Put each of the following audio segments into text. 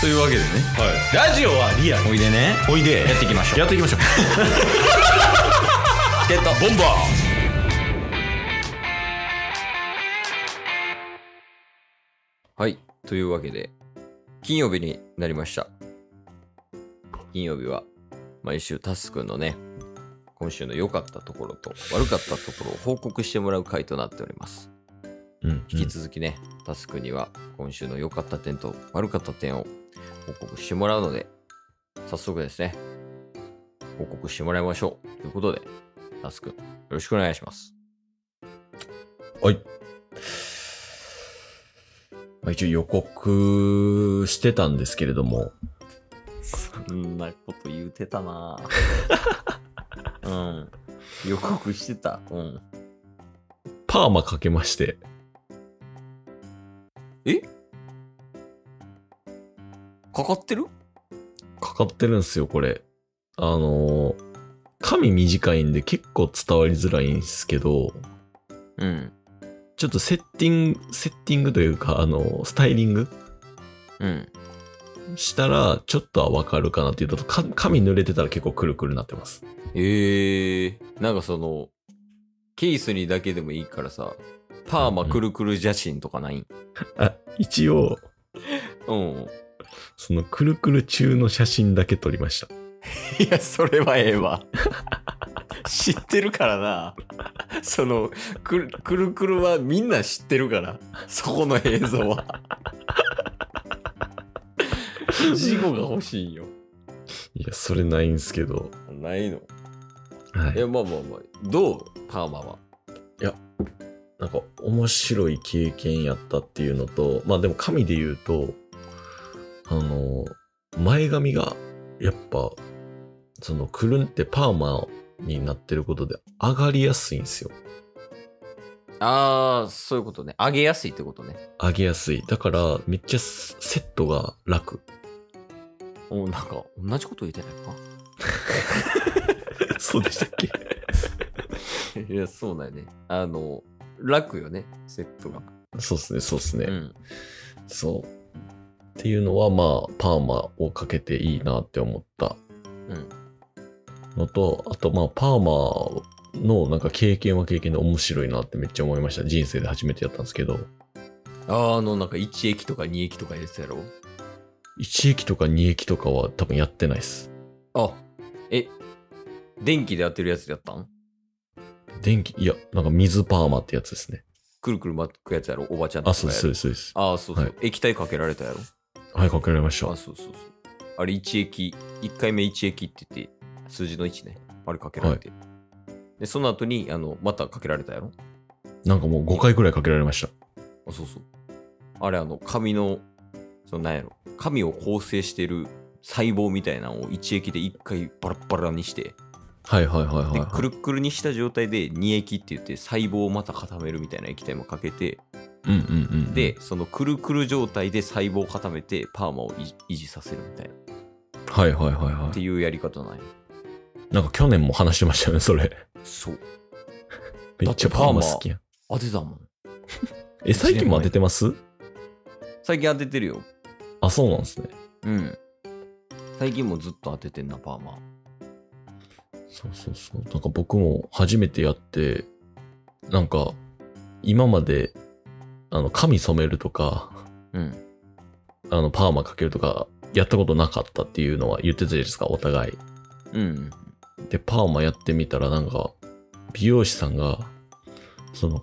というわけでねラジオはリアルおいでねおいでやっていきましょうやっていきましょう チケットボンバーはいというわけで金曜日になりました金曜日は毎週タスくんのね今週の良かったところと悪かったところを報告してもらう回となっておりますうん引き続きね、タスクには今週の良かった点と悪かった点を報告してもらうので、早速ですね、報告してもらいましょう。ということで、タスク、よろしくお願いします。はい。まあ、一応予告してたんですけれども、そんなこと言うてた なうん。予告してた。うん。パーマかけまして、かかってるかかってるんですよ、これ。あのー髪短いんで結構伝わりづらいんですけど、うん。ちょっとセッティング、セッティングというか、あのースタイリングうん。したら、ちょっとはわかるかなっていうのと、か髪濡れてたら結構くるくるなってます。ええー、なんかその、ケースにだけでもいいからさ、パーマくるくる邪神とかないんあ、一応、うん。そのくるくる中の写真だけ撮りました。いや、それはええ わ。知ってるからな。そのくる、くるくるはみんな知ってるから。そこの映像は。 事故が欲しいんよ。いや、それないんですけど。ないの。はいいや、まあまあまあ。どうパーマは。なんか面白い経験やったっていうのと、まあでも神で言うと、あの、前髪がやっぱ、そのくるんってパーマになってることで上がりやすいんですよ。ああ、そういうことね。上げやすいってことね。上げやすい。だからめっちゃセットが楽。おなんか、同じこと言ってないか そうでしたっけ いや、そうだよね。あの、楽よね、セットが。そうっすね、そうっすね。うん。そう。っていうのはまあパーマをかけていいなって思ったうん。のと、あとまあパーマのなんか経験は経験で面白いなってめっちゃ思いました。人生で初めてやったんですけど、あーあの、なんか1駅とか2駅とかやつやろ1駅とか2駅とかは多分やってないです。あ、え、電気で当てるやつでやったん電気、いや、なんか水パーマってやつですね。くるくる巻くやつやろおばちゃんとかあ、そうです、そうやるです、そうです。あー、そうそう、はい液体かけられたやろはい、かけられましたあ、。そうそうそう。あれ1液、1回目1液って言って、数字の1ね。あれかけられて。で、その後に、あの、またかけられたやろなんかもう5回くらいかけられました。あ、そうそう。あれ、あの、髪の、そのなんやろ髪を構成してる細胞みたいなのを1液で1回バラッバラにして、はいはいはいはい、ではくい。るっくるにした状態で2液って言って細胞をまた固めるみたいな液体もかけて、うんうんうん。で、、そのくるくる状態で細胞を固めてパーマを維持維持させるみたいなっはいはいはいはていうやり方なんや。い。なんか去年も話してましたよね、それ。そう。めっちゃパーマ好きやん。当てたもん。え、最近も当ててます最近当ててるよ。あ、そうなんですね。うん。最近もずっと当ててんな、パーマ。そうそうそう。なんか僕も初めてやって、なんか、今まで、あの、髪染めるとか、うん。あの、パーマかけるとか、やったことなかったっていうのは言ってたじゃないですか、お互い。うん。で、パーマやってみたら、なんか、美容師さんが、その、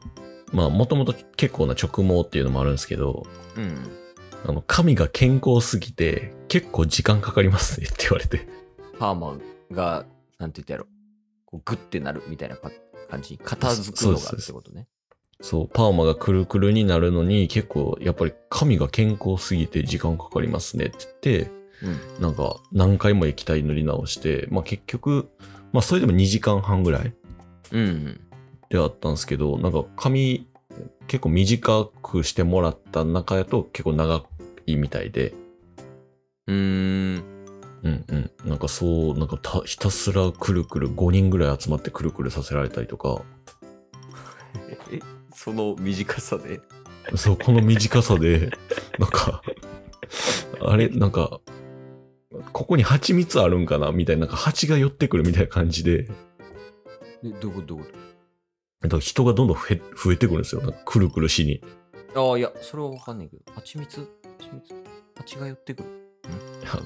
まあ、もともと結構な直毛っていうのもあるんですけど、うん。あの、髪が健康すぎて、結構時間かかりますねって言われて。パーマが、なんて言ったやろ。こうグッてなるみたいなか感じ。片付くのがってことね。そう、パーマがくるくるになるのに、結構、やっぱり髪が健康すぎて時間かかりますねって言って、うん。なんか何回も液体塗り直して、まあ結局、まあそれでも2時間半ぐらいうん。ではあったんですけど、なんか髪結構短くしてもらった中やと結構長いみたいで、うーん。うんうん。なんかそう、なんかたひたすらくるくる5人ぐらい集まってくるくるさせられたりとか、え、その短さで。そう、この短さで、なんか、あれ、なんか、ここに蜂蜜あるんかなみたいな、なんか蜂が寄ってくるみたいな感じで、えどういうことどういうこだから人がどんどん増え増えてくるんですよ。なんかくるくるしに。とああ、いや、それはわかんないけど。蜂蜜蜂蜜蜂が寄ってくる。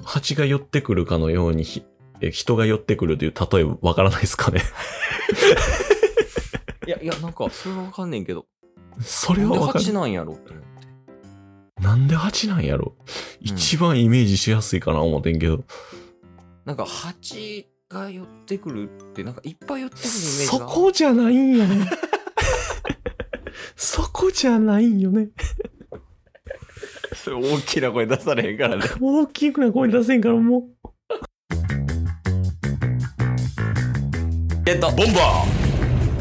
蜂が寄ってくるかのようにひ、え人が寄ってくるという例えわからないですかね。 いや、いや、なんか、それはわかんないけど。それなんはでわかる蜂。なんやろって思って。なんで蜂なんやろ、一番イメージしやすいかな思ってんけど。なんか、蜂が寄ってくるって、なんか、いっぱい寄ってくるイメージが。そこじゃないんよね。 そこじゃないんよね。それ大きな声出されへんからね。大きくな声出せんからもう。えっと、ボンバ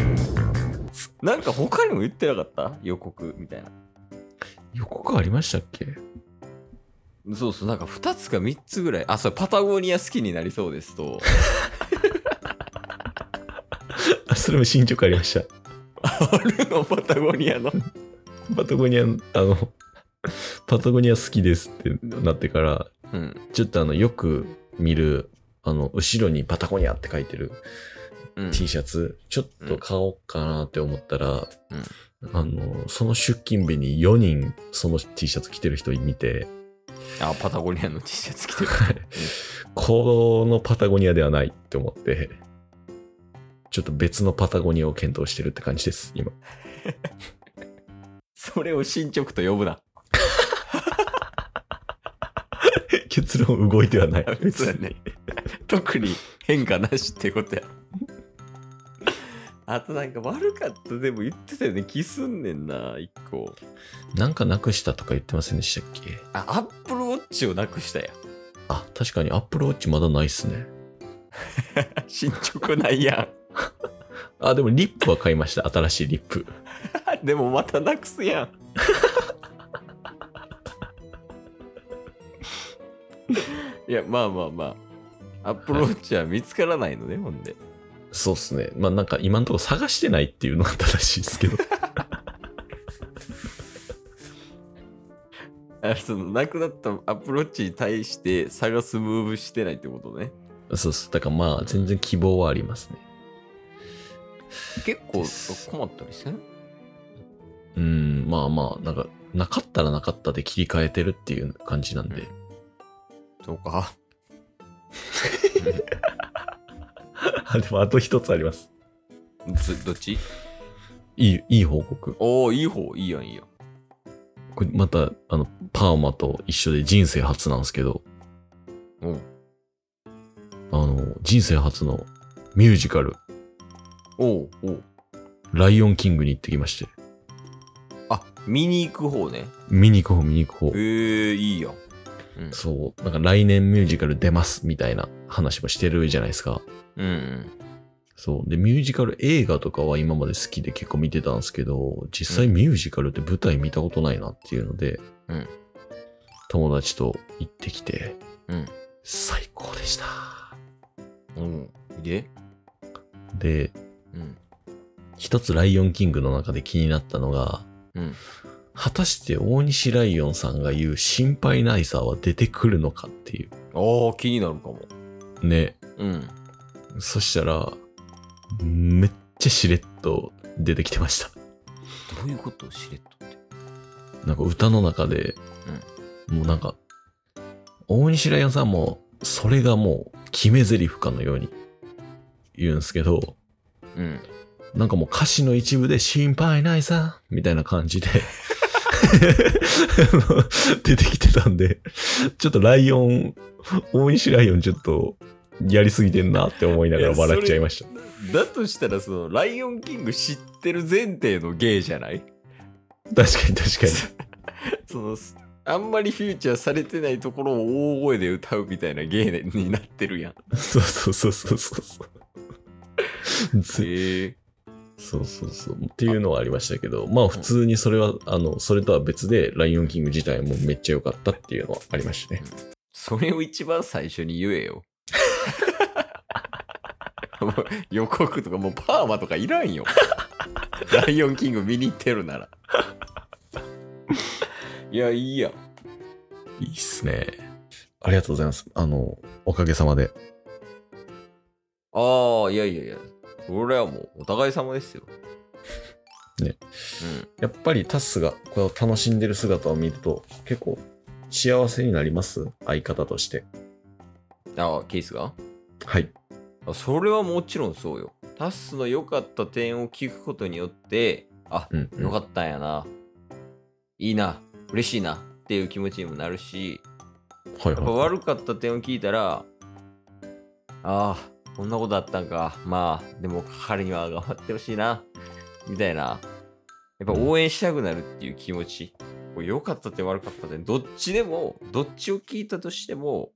ーなんか他にも言ってなかった予告みたいな。予告ありましたっけ そうそう、なんか2つか3つぐらい。あ、そう、パタゴニア好きになりそうですと。あそれも新宿ありました。あるの、パタゴニアの。パタゴニア、あの、パタゴニア好きですってなってから、うん。ちょっとあの、よく見る、あの、後ろにパタゴニアって書いてるうん、 T シャツ、ちょっと買おうかなって思ったら、あの、その出勤日に4人、その T シャツ着てる人見て、あ、パタゴニアの T シャツ着てる。このパタゴニアではないって思って、ちょっと別のパタゴニアを検討してるって感じです、今。 それを進捗と呼ぶな。結論動いては ない。そうやね。 特に変化なしってことや。 あとなんか悪かったでも言ってたよね。気すんねんな、一個。なんかなくしたとか言ってませんでしたっけあ、アップルウォッチをなくしたや。あ、確かに Apple Watch まだないっすね。 進捗ないやあ、でもリップは買いました。新しいリップ。ん。 でもまたなくすやん。 いや、まあまあまあ。アップルウォッチは見つからないのね、ほんで。そうっすね。まあなんか今のところ探してないっていうのが正しいですけど。 あそのなくなったアプローチに対して探すムーブしてないってことね。そうっす。だからまあ全然希望はありますね。結構です困ったりせんうん、まあまあ、なんか、なかったらなかったで切り替えてるっていう感じなんで。そうか。あ、 でもあと一つあります。つどっちいい、いい報告。おお、いい方、いいやん、いいやん。これまた、あの、パーマと一緒で人生初なんですけど、うん。あの、人生初のミュージカル、おお、おうライオンキングに行ってきまして。あ、見に行く方ね。見に行こう、見に行こえう。ー、いいやん。うん。そう、なんか来年ミュージカル出ますみたいな話もしてるじゃないですか。うんうん。そう。で、ミュージカル映画とかは今まで好きで結構見てたんですけど、実際ミュージカルって舞台見たことないなっていうので、うん友達と行ってきて、うん最高でした。うん。でで、うん。一つライオンキングの中で気になったのが、うん。果たして大西ライオンさんが言う心配ないさは出てくるのかっていああ、気になるかも。う。ね。うん。そしたら、めっちゃしれっと出てきてました。どういうことしれっとって。なんか歌の中で、もうなんか、大西ライオンさんも、それがもう決め台詞かのように言うんですけど、うん。なんかもう歌詞の一部で心配ないさ、みたいな感じで、 あの出てきてたんで、ちょっとライオン、大西ライオンちょっとやりすぎてんなって思いながら笑っちゃいました。だとしたら、その、ライオンキング知ってる前提の芸じゃない 確かに確かに。そのすあんまりフューチャーされてないところを大声で歌うみたいな芸になって るやん。そうそうそうそうそうそう。ずえそうそうそう。っていうのはありましたけど、まあ普通にそれは、あの、それとは別で、ライオンキング自体もめっちゃ良かったっていうのはありましたね。それを一番最初に言えよ。 もう予告とかもうパーマとかいらんよ。 ライオンキング見に行ってる なら。いや、いいやん。いいっすね。ありがとうございます。あの、おかげさまで。ああ、いやいやいや。それはもう、お互い様ですよ。 ね。やっぱりタスがこれを楽しんでる姿を見ると、結構幸せになります相方として。うん。ああ、ケースがはい。あそれはもちろんそうよ。タッスの良かった点を聞くことによって、あ、うん、良かったんやな。いいな。嬉しいな。っていう気持ちにもなるし、はやいっぱはい。悪かった点を聞いたら、ああ、こんなことあったんか。まあ、でも彼には頑張ってほしいな。みたいな。やっぱ応援したくなるっていう気持ち。これ良かった点悪かった点。どっちでも、どっちを聞いたとしても、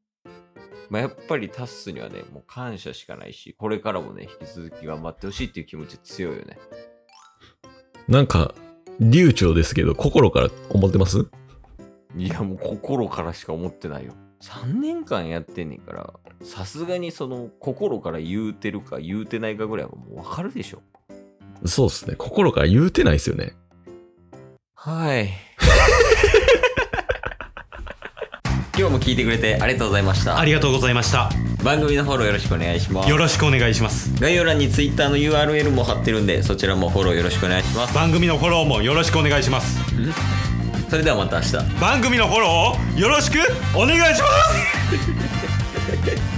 まあ、やっぱりタッスにはね、もう感謝しかないし、これからもね、引き続き頑張ってほしいっていう気持ち強いよね。なんか、流暢ですけど、心から思ってますいや、もう心からしか思ってないよ。3年間やってんねんから、さすがにその心から言うてるか言うてないかぐらいはもうわかるでしょ。そうですね。心から言うてないですよね。はい。 今日も聞いてくれてありがとうございましたあ。りがとうございました。番組のフォローよろしくお願いしますよ。ろしくお願いします。概要欄に Twitter の URL も貼ってるんで、そちらもフォローよろしくお願いします。番組のフォローもよろしくお願いします。それではまた明日。番組のフォローをよろしくお願いします